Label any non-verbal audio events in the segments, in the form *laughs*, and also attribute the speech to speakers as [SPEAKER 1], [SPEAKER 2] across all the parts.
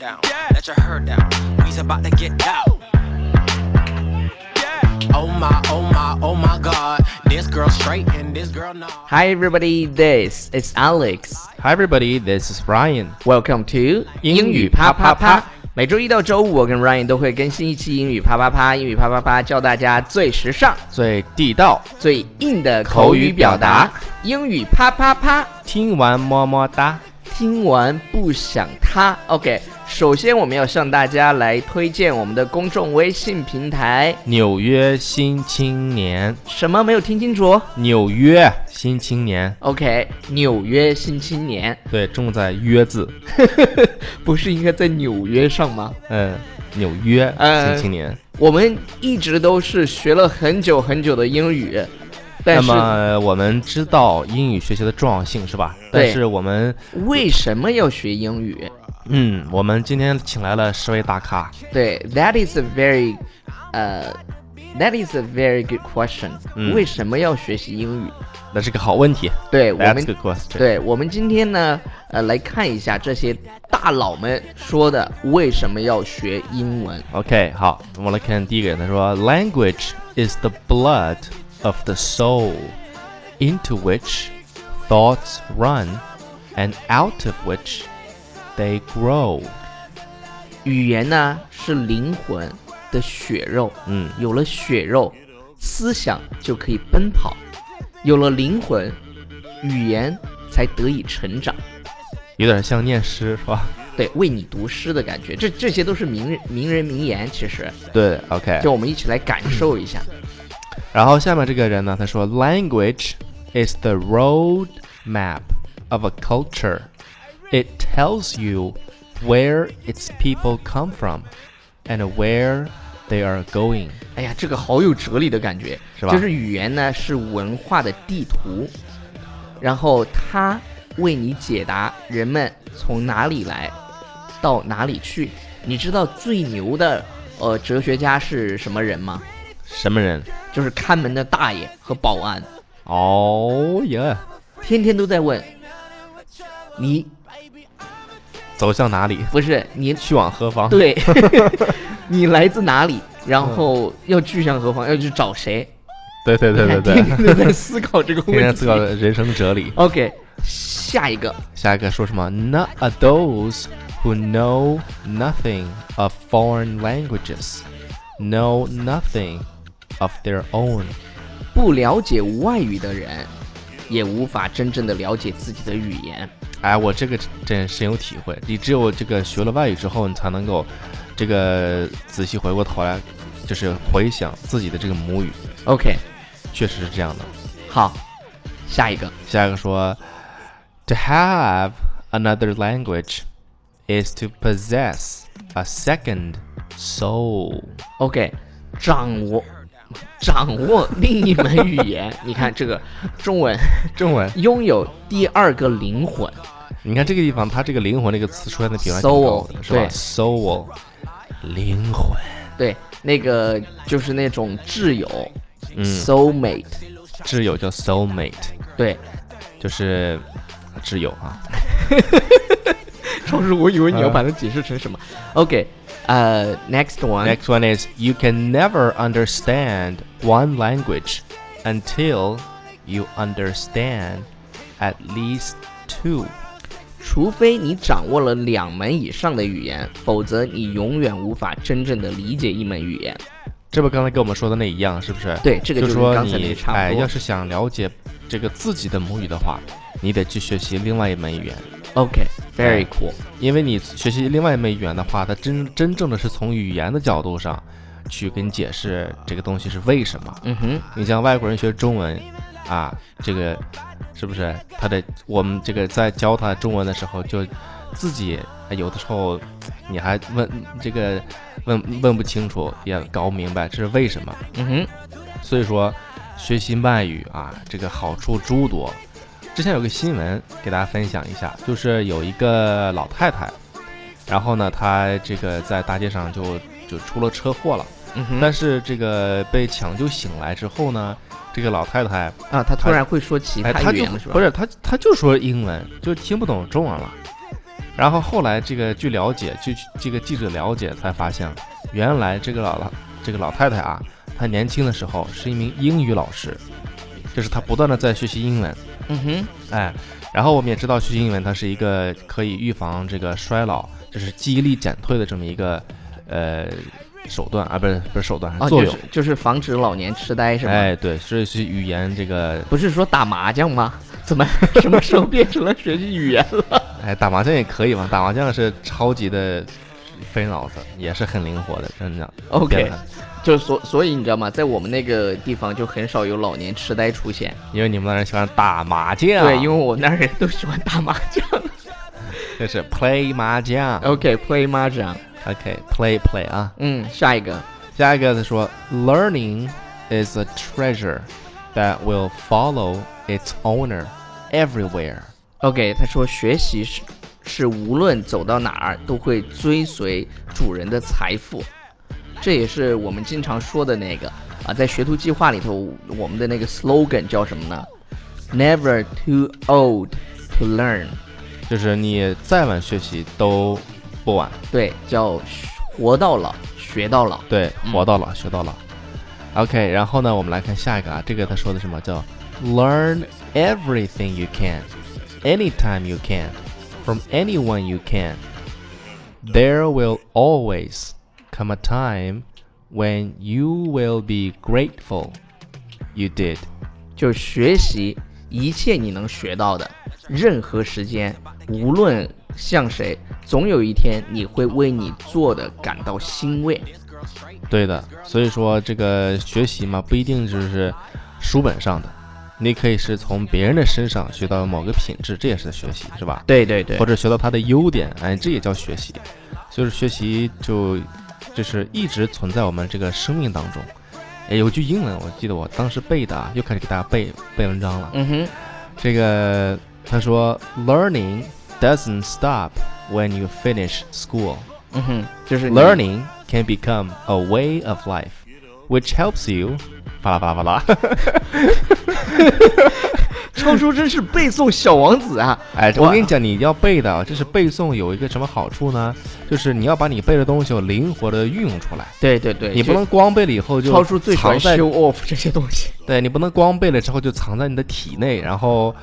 [SPEAKER 1] let you heard now. We's about to get out. Yeah. Oh my, oh my, oh my god. This girl straight and this girl not.
[SPEAKER 2] Hi everybody, this is Alex.
[SPEAKER 3] Hi everybody, this is Ryan.
[SPEAKER 2] Welcome to
[SPEAKER 3] 英语啪啪啪。
[SPEAKER 2] 每周一到周五，我跟 Ryan 都会更新一期英语啪啪啪。英语啪啪啪教大家最时尚、
[SPEAKER 3] 最地道，
[SPEAKER 2] 最硬的
[SPEAKER 3] 口
[SPEAKER 2] 语
[SPEAKER 3] 语
[SPEAKER 2] 表
[SPEAKER 3] 表达。
[SPEAKER 2] 英语啪啪啪，
[SPEAKER 3] 听完么么哒。
[SPEAKER 2] 听完不想他。OK，首先我们要向大家来推荐我们的公众微信平台。
[SPEAKER 3] 纽约新青年，
[SPEAKER 2] 什么没有听清楚
[SPEAKER 3] 纽约新青年，
[SPEAKER 2] ？OK，纽约新青年， *laughs*
[SPEAKER 3] 对，重在“约”字。
[SPEAKER 2] 不是应该在纽约上吗？
[SPEAKER 3] 嗯，纽约
[SPEAKER 2] 呃
[SPEAKER 3] 新青年。
[SPEAKER 2] 我们一直都是学了很久很久的英语，但
[SPEAKER 3] 那
[SPEAKER 2] 是
[SPEAKER 3] 么我们知道英语学习的重要性是吧？
[SPEAKER 2] 对
[SPEAKER 3] 但是我们，
[SPEAKER 2] 为什么要学英语？
[SPEAKER 3] 嗯，我们今天请来了十位大咖，
[SPEAKER 2] 对，That is a very，呃、t h a t is a very good question、
[SPEAKER 3] 嗯
[SPEAKER 2] 为什么要学习英语？
[SPEAKER 3] 那是个好问题。
[SPEAKER 2] 对我
[SPEAKER 3] That's
[SPEAKER 2] 们
[SPEAKER 3] a good question。，
[SPEAKER 2] 对，我们今天呢，呃，来看一下这些大佬们说的为什么要学英文。
[SPEAKER 3] OK，好，我们来看第一个人，他说：“Language is the blood of the soul, into which thoughts run, and out of which they grow。
[SPEAKER 2] 语言呢是灵魂的血肉，”
[SPEAKER 3] 嗯，
[SPEAKER 2] 有了血肉，思想就可以奔跑；有了灵魂，语言才得以成长。
[SPEAKER 3] 有点像念诗是吧？
[SPEAKER 2] 对，为你读诗的感觉，这这些都是名人名人名言。其实，
[SPEAKER 3] 对，OK。
[SPEAKER 2] 就我们一起来感受一下。
[SPEAKER 3] 然后下面这个人呢，他说：“Language is the road map of a culture. It tells you where its people come from, and where they are going。”
[SPEAKER 2] 哎呀，这个好有哲理的感觉，
[SPEAKER 3] 是吧
[SPEAKER 2] 就是语言呢是文化的地图，然后它为你解答人们从哪里来，到哪里去。你知道最牛的呃哲学家是什么人吗？
[SPEAKER 3] 什么人？
[SPEAKER 2] 就是看门的大爷和保安，
[SPEAKER 3] 哦耶，
[SPEAKER 2] 天天都在问你
[SPEAKER 3] 走向哪里？
[SPEAKER 2] 不是你
[SPEAKER 3] 去往何方？， *laughs* 嗯
[SPEAKER 2] 对，你来自哪里，然后要去向何方，要去找谁，
[SPEAKER 3] 对对对对对，
[SPEAKER 2] *laughs* 天天都在思考这个问题。
[SPEAKER 3] *laughs* 天天思考人生哲理。
[SPEAKER 2] OK，下一个
[SPEAKER 3] 下一个说什么？Not are those who know nothing of foreign languages, know nothing of their own。
[SPEAKER 2] 不了解外语的人，也无法真正的了解自己的语言。
[SPEAKER 3] 哎，我这个真深有体会。你只有这个学了外语之后，你才能够这个仔细回过头来，就是回想自己的这个母语，
[SPEAKER 2] OK，
[SPEAKER 3] 确实是这样的。
[SPEAKER 2] 好，下一个
[SPEAKER 3] 下一个说，To have another language is to possess a second soul。
[SPEAKER 2] OK，掌握掌握另一门语言，你看这个中文。
[SPEAKER 3] 中文，
[SPEAKER 2] 拥有第二个灵魂。
[SPEAKER 3] 你看这个地方，它这个灵魂这个词出现的比例还挺高
[SPEAKER 2] Soul，
[SPEAKER 3] 的，是吧
[SPEAKER 2] 对
[SPEAKER 3] ？Soul，灵魂。
[SPEAKER 2] 对，那个就是那种挚友、
[SPEAKER 3] 嗯，
[SPEAKER 2] s o u l mate。
[SPEAKER 3] 挚友叫 soul mate，
[SPEAKER 2] 对，
[SPEAKER 3] 就是挚友啊。
[SPEAKER 2] 当时我以为
[SPEAKER 3] 你要把
[SPEAKER 2] 它解释成什么。OK，呃、n e x t one，
[SPEAKER 3] Next one is you can never understand one language until you understand at least two。
[SPEAKER 2] 除非你掌握了两门以上的语言，否则你永远无法真正的理解一门语言。
[SPEAKER 3] 这不刚才跟我们说的那一样，是不是？
[SPEAKER 2] 对，这个
[SPEAKER 3] 就
[SPEAKER 2] 就是
[SPEAKER 3] 说
[SPEAKER 2] 刚才那
[SPEAKER 3] 你
[SPEAKER 2] 个差
[SPEAKER 3] 哎，
[SPEAKER 2] 不多。
[SPEAKER 3] 要是想了解这个自己的母语的话，你得去学习另外一门语言，
[SPEAKER 2] OK，very、
[SPEAKER 3] 哎
[SPEAKER 2] cool。
[SPEAKER 3] 因为你学习另外一门语言的话，它真真正的是从语言的角度上去给你解释这个东西是为什么。
[SPEAKER 2] 嗯哼，
[SPEAKER 3] 你像外国人学中文啊，这个是不是他得我们这个在教他中文的时候，就自己哎有的时候你还问这个问问不清楚，也搞不明白这是为什么。
[SPEAKER 2] 嗯哼，
[SPEAKER 3] 所以说，学习外语啊，这个好处诸多。之前有个新闻给大家分享一下，就是有一个老太太，然后呢，她这个在大街上就就出了车祸了，
[SPEAKER 2] 嗯哼。
[SPEAKER 3] 但是这个被抢救醒来之后呢，这个老太太，
[SPEAKER 2] 啊，他突然会说其
[SPEAKER 3] 哎，
[SPEAKER 2] 他
[SPEAKER 3] 她
[SPEAKER 2] 语
[SPEAKER 3] 就
[SPEAKER 2] 言了，是吧？
[SPEAKER 3] 不是她，她就说英文，就听不懂中文了。然后后来这个据了解，据这个记者了解才发现，原来这个老老这个老太太啊，她年轻的时候是一名英语老师，就是她不断的在学习英文，
[SPEAKER 2] 嗯哼，
[SPEAKER 3] 哎，然后我们也知道学习英文它是一个可以预防这个衰老，就是记忆力减退的这么一个呃手段啊，不是不是手段，是
[SPEAKER 2] 啊，
[SPEAKER 3] 作
[SPEAKER 2] 就
[SPEAKER 3] 用
[SPEAKER 2] 是。就是防止老年痴呆是吗？
[SPEAKER 3] 哎，对，所以是语言这个，
[SPEAKER 2] 不是说打麻将 *laughs* 吗？怎么什么时候变成了学习语言 *laughs* 了？
[SPEAKER 3] 哎，打麻将也可以嘛，打麻将是超级的费脑子，也是很灵活的，真的。
[SPEAKER 2] OK
[SPEAKER 3] 变得很
[SPEAKER 2] 就是所所以你知道吗？在我们那个地方就很少有老年痴呆出现。
[SPEAKER 3] 因为你们那人喜欢打麻将，
[SPEAKER 2] 对，因为啊我那儿人都喜欢打麻 *laughs* 将。
[SPEAKER 3] 这是 play 麻将
[SPEAKER 2] 哦 OK，play、麻将。
[SPEAKER 3] ，OK，play play 啊。
[SPEAKER 2] 嗯，下一个
[SPEAKER 3] 下一个他说，learning is a treasure that will follow its owner everywhere。
[SPEAKER 2] OK，他说学习是是无论走到哪儿都会追随主人的财富，这也是我们经常说的那个啊，在学徒计划里头，我们的那个 slogan 叫什么呢？Never too old to learn，
[SPEAKER 3] 就是你再晚学习都不晚，
[SPEAKER 2] 对，叫学活到老学到老。
[SPEAKER 3] 对，
[SPEAKER 2] 嗯
[SPEAKER 3] 活到老学到老。OK，然后呢，我们来看下一个啊，这个他说的什么叫 learn everything you can, anytime you can, from anyone you can. There will always come a time when you will be grateful you did.
[SPEAKER 2] 就是学习一切你能学到的，任何时间，无论向谁，总有一天你会为你做的感到欣慰。
[SPEAKER 3] 对的，所以说这个学习嘛，不一定就是书本上的，你可以是从别人的身上学到某个品质，这也是学习，是吧？
[SPEAKER 2] 对对对
[SPEAKER 3] 或者学到他的优点，哎，这也叫学习。就是学习就就是一直存在我们这个生命当中。哎，有句英文我记得我当时背的啊，又开始给大家背背文章了。
[SPEAKER 2] 嗯哼，
[SPEAKER 3] 这个他说，learning doesn't stop when you finish school.
[SPEAKER 2] 嗯哼，就是你
[SPEAKER 3] Learning can become a way of life, which helps you. *laughs* 巴拉巴拉巴拉，
[SPEAKER 2] 超叔真是背诵《小王子》啊！
[SPEAKER 3] 哎，
[SPEAKER 2] 哇
[SPEAKER 3] 我跟你讲，你要背的啊，这是背诵有一个什么好处呢？就是你要把你背的东西有灵活的运用出来。
[SPEAKER 2] 对对对，
[SPEAKER 3] 你不
[SPEAKER 2] 就
[SPEAKER 3] 能光背了以后就
[SPEAKER 2] 超叔最喜
[SPEAKER 3] 藏
[SPEAKER 2] 欢
[SPEAKER 3] 在
[SPEAKER 2] show off 这些东西。
[SPEAKER 3] 对你不能光背了之后就藏在你的体内，然后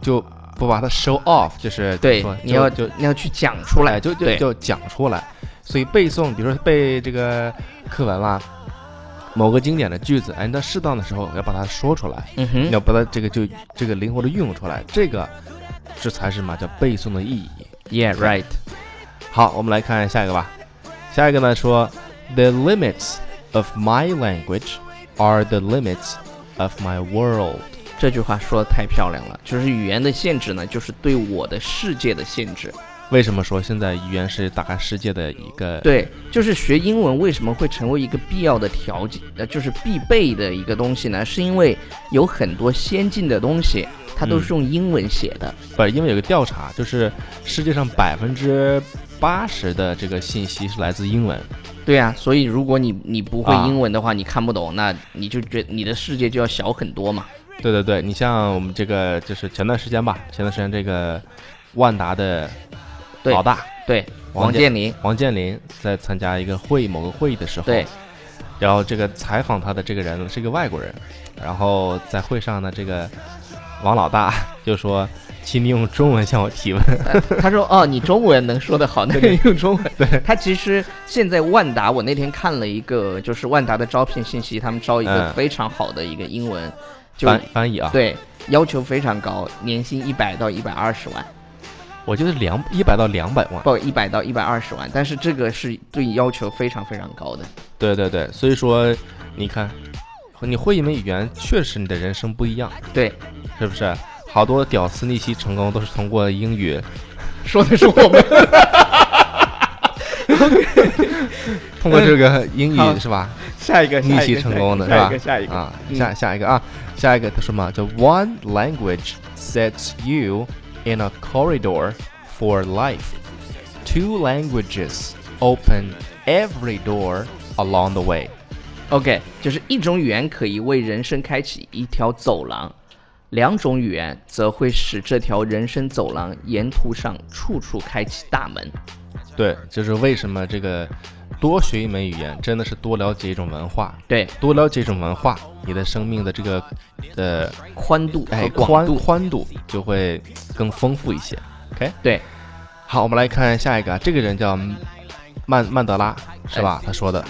[SPEAKER 3] 就不把它 show off，就是
[SPEAKER 2] 对
[SPEAKER 3] 怎么说，
[SPEAKER 2] 你要
[SPEAKER 3] 就
[SPEAKER 2] 你要去讲出来，
[SPEAKER 3] 哎就就
[SPEAKER 2] 对
[SPEAKER 3] 就讲出来。所以背诵，比如说背这个课文啦，某个经典的句子，哎，那适当的时候要把它说出来，
[SPEAKER 2] 嗯
[SPEAKER 3] 你
[SPEAKER 2] 哼，
[SPEAKER 3] 要把它这个就这个灵活的运用出来，这个这才是嘛叫背诵的意义。
[SPEAKER 2] Yeah, right.
[SPEAKER 3] 好，我们来看下一个吧。下一个呢说，The limits of my language are the limits of my world。
[SPEAKER 2] 这句话说的太漂亮了，就是语言的限制呢，就是对我的世界的限制。
[SPEAKER 3] 为什么说现在语言是打开世界的一个？，
[SPEAKER 2] 对，就是学英文为什么会成为一个必要的条件，呃，就是必备的一个东西呢？是因为有很多先进的东西，它都
[SPEAKER 3] 嗯
[SPEAKER 2] 是用英文写的。
[SPEAKER 3] 不是因为有个调查，就是世界上百分之八十的这个信息是来自英文。
[SPEAKER 2] 对啊，所以如果你你不会
[SPEAKER 3] 啊
[SPEAKER 2] 英文的话，你看不懂，那你就觉你的世界就要小很多嘛。
[SPEAKER 3] 对对对，你像我们这个就是前段时间吧，前段时间这个万达的
[SPEAKER 2] 对
[SPEAKER 3] 老大
[SPEAKER 2] 对，
[SPEAKER 3] 王
[SPEAKER 2] 王
[SPEAKER 3] 健
[SPEAKER 2] 健林，
[SPEAKER 3] 王健林在参加一个会议某个会议的时候， *laughs*
[SPEAKER 2] 对，
[SPEAKER 3] 然后这个采访他的这个人呢是一个外国人，然后在会上呢，这个王老大就说：“请你用中文向我提问。
[SPEAKER 2] 他说哦，你中文能说得好，那你用中文。 *laughs* 对，他其实现在万达，我那天看了一个，就是万达的招聘信息，他们招一个
[SPEAKER 3] 嗯
[SPEAKER 2] 非常好的一个英文，”就
[SPEAKER 3] 翻翻译啊，，
[SPEAKER 2] 对，要求非常高，年薪一百到一百二十万，
[SPEAKER 3] 我觉得两一百到两百万。
[SPEAKER 2] 不，一百到一百二十万，但是这个是对要求非常非常高的。
[SPEAKER 3] 对对对，所以说你看，你会一门语言，确实你的人生不一样，
[SPEAKER 2] 对，
[SPEAKER 3] 是不是？好多屌丝逆袭成功都是通过英语。
[SPEAKER 2] 说的是我们。 *laughs*
[SPEAKER 3] 通过这个英
[SPEAKER 2] 哎好
[SPEAKER 3] 语是吧？
[SPEAKER 2] 下一个
[SPEAKER 3] 逆袭成功的是吧？啊，下
[SPEAKER 2] 嗯
[SPEAKER 3] 下一个啊，下一个他说嘛，叫 One language sets you in a corridor for life. Two languages open every door along the way.
[SPEAKER 2] OK，就是一种语言可以为人生开启一条走廊，两种语言则会使这条人生走廊沿途上处处开启大门。
[SPEAKER 3] 对，这是为什么这个多学一门语言，真的是多了解一种文化，
[SPEAKER 2] 对，
[SPEAKER 3] 多了解一种文化，你的生命的这个呃
[SPEAKER 2] 宽度
[SPEAKER 3] 哎
[SPEAKER 2] 和
[SPEAKER 3] 宽
[SPEAKER 2] 广度，
[SPEAKER 3] 宽度就会更丰富一些。OK，
[SPEAKER 2] 对，
[SPEAKER 3] 好，我们来看下一个啊，这个人叫曼曼德拉是吧？他说的，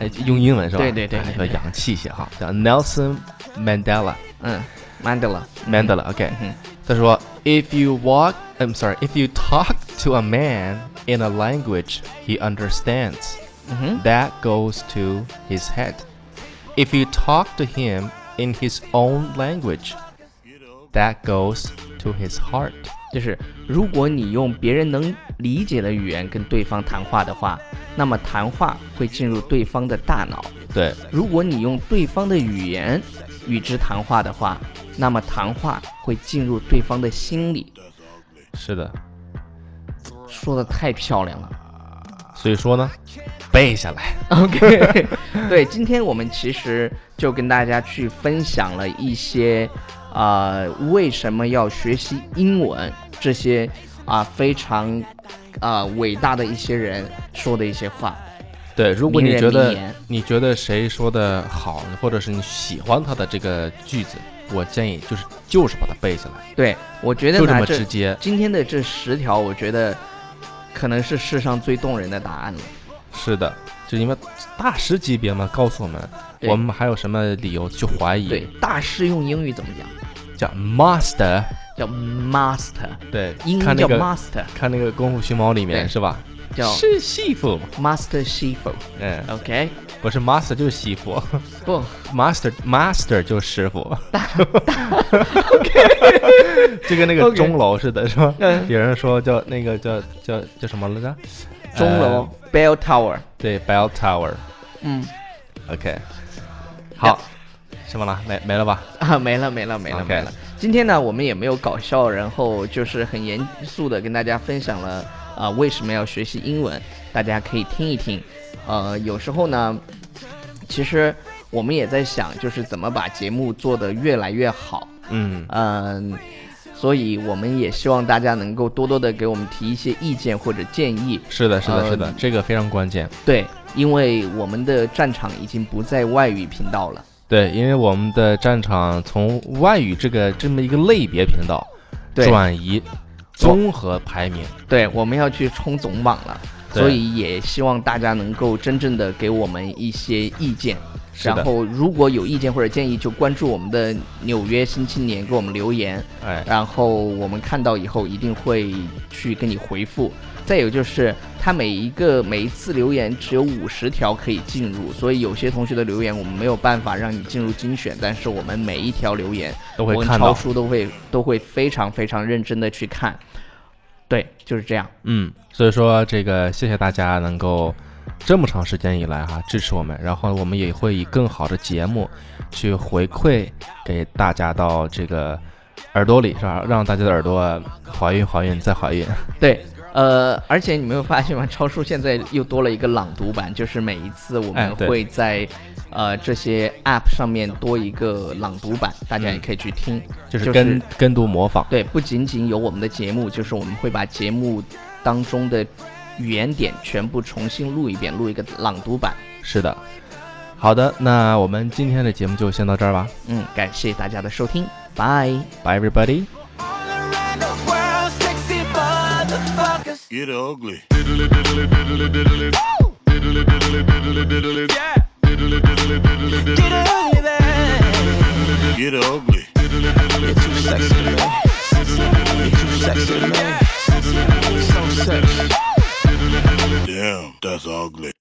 [SPEAKER 3] 哎，用英文是吧？
[SPEAKER 2] 对对对
[SPEAKER 3] 哎
[SPEAKER 2] 对
[SPEAKER 3] 要
[SPEAKER 2] 对
[SPEAKER 3] 洋气一些哈，叫 Nelson Mandela
[SPEAKER 2] 嗯，Mandela，
[SPEAKER 3] Mandela。OK，
[SPEAKER 2] 嗯哼
[SPEAKER 3] 他说，If you walk, I'm sorry, if you talk to a man in a language he understands,
[SPEAKER 2] 嗯哼，
[SPEAKER 3] that goes to his head. If you talk to him in his own language, that goes to his heart.
[SPEAKER 2] 就是如果你用别人能理解的语言跟对方谈话的话，那么谈话会进入对方的大脑。
[SPEAKER 3] 对，
[SPEAKER 2] 如果你用对方的语言与之谈话的话，那么谈话会进入对方的心里。
[SPEAKER 3] 是的。
[SPEAKER 2] 说的太漂亮了。
[SPEAKER 3] 所以说呢，背下来。
[SPEAKER 2] OK，对， *laughs* 今天我们其实就跟大家去分享了一些，呃，为什么要学习英文这些啊、非常啊、伟大的一些人说的一些话。
[SPEAKER 3] 对，如果你
[SPEAKER 2] 名人
[SPEAKER 3] 觉得
[SPEAKER 2] 名言
[SPEAKER 3] 你觉得谁说的好，或者是你喜欢他的这个句子，我建议就是就是把它背下来，
[SPEAKER 2] 对我觉得
[SPEAKER 3] 就这
[SPEAKER 2] 呢，
[SPEAKER 3] 么
[SPEAKER 2] 这
[SPEAKER 3] 直接。
[SPEAKER 2] 今天的这十条，我觉得可能是世上最动人的答案了。
[SPEAKER 3] 是的，就因为大师级别嘛，告诉我们，
[SPEAKER 2] 对
[SPEAKER 3] 我们还有什么理由去怀
[SPEAKER 2] 对
[SPEAKER 3] 疑？，
[SPEAKER 2] 大师用英语怎么讲？
[SPEAKER 3] 叫 master，
[SPEAKER 2] 叫 master，
[SPEAKER 3] 对，
[SPEAKER 2] 英
[SPEAKER 3] 看
[SPEAKER 2] 文
[SPEAKER 3] 那
[SPEAKER 2] 叫
[SPEAKER 3] 个
[SPEAKER 2] master，
[SPEAKER 3] 看那个《功夫熊猫》里面
[SPEAKER 2] 对
[SPEAKER 3] 是吧？
[SPEAKER 2] 叫哦
[SPEAKER 3] 是戏服，
[SPEAKER 2] master shifu。
[SPEAKER 3] 嗯，
[SPEAKER 2] OK，
[SPEAKER 3] 不是 master 就是戏服
[SPEAKER 2] 不。
[SPEAKER 3] ，master master 就是师傅。 *laughs* 就跟那个
[SPEAKER 2] OK
[SPEAKER 3] 钟楼似的，是吧？
[SPEAKER 2] 嗯
[SPEAKER 3] *laughs* 有人说叫那个叫叫叫什么来着？
[SPEAKER 2] 钟楼、
[SPEAKER 3] 呃
[SPEAKER 2] 哦 Bell Tower，
[SPEAKER 3] 对，bell tower。
[SPEAKER 2] 嗯
[SPEAKER 3] OK，好，什么了？没没了吧？
[SPEAKER 2] 啊，没了没了没了
[SPEAKER 3] OK
[SPEAKER 2] 没了。今天呢，我们也没有搞笑，然后就是很严肃的跟大家分享了啊、为什么要学习英文，大家可以听一听。呃，有时候呢，其实我们也在想，就是怎么把节目做得越来越好。
[SPEAKER 3] 嗯，
[SPEAKER 2] 嗯，所以我们也希望大家能够多多的给我们提一些意见或者建议。
[SPEAKER 3] 是的，是的，
[SPEAKER 2] 呃
[SPEAKER 3] 是的，这个非常关键。
[SPEAKER 2] 对，因为我们的战场已经不在外语频道了。
[SPEAKER 3] 对，因为我们的战场从外语这个这么一个类别频道
[SPEAKER 2] 对。
[SPEAKER 3] 转移，综合排名。
[SPEAKER 2] 对，我们要去冲总榜了，
[SPEAKER 3] 对
[SPEAKER 2] 所以也希望大家能够真正的给我们一些意见。
[SPEAKER 3] 是
[SPEAKER 2] 然
[SPEAKER 3] 的，
[SPEAKER 2] 后，如果有意见或者建议，就关注我们的《纽约新青年》，给我们留言。
[SPEAKER 3] 哎，
[SPEAKER 2] 然后我们看到以后一定会去跟你回复。再有就是，他每一个每一次留言只有五十条可以进入，所以有些同学的留言我们没有办法让你进入精选，但是我们每一条留言
[SPEAKER 3] 都
[SPEAKER 2] 我
[SPEAKER 3] 会
[SPEAKER 2] 跟
[SPEAKER 3] 看
[SPEAKER 2] 超
[SPEAKER 3] 到。
[SPEAKER 2] 叔都会都会非常非常认真的去看。对，就是这样。
[SPEAKER 3] 嗯，所以说这个谢谢大家能够这么长时间以来哈、支持我们，然后我们也会以更好的节目去回馈给大家到这个耳朵里是吧？让大家的耳朵怀孕怀孕再怀孕。 *laughs*
[SPEAKER 2] 对，呃，而且你没有发现吗？超叔现在又多了一个朗读版，就是每一次我
[SPEAKER 3] 哎
[SPEAKER 2] 们
[SPEAKER 3] 对
[SPEAKER 2] 会在、呃这些 App 上面多一个朗读版，大家也可以去听。
[SPEAKER 3] 就是
[SPEAKER 2] 就是
[SPEAKER 3] 跟、跟读模仿，
[SPEAKER 2] 对，不仅仅有我们的节目，就是我们会把节目当中的语言点全部重新录一遍，录一个朗读版。
[SPEAKER 3] 是的。好的，那我们今天的节目就先到这儿吧。
[SPEAKER 2] 嗯，感谢大家的收听，拜。
[SPEAKER 3] Bye everybody。
[SPEAKER 1] All around the world, sexy motherfuckers.
[SPEAKER 4] Get ugly.
[SPEAKER 1] Get ugly, man.
[SPEAKER 4] Get ugly.
[SPEAKER 5] You're too sexy, man. You're too sexy, man. So sexy.
[SPEAKER 4] Damn, that's ugly.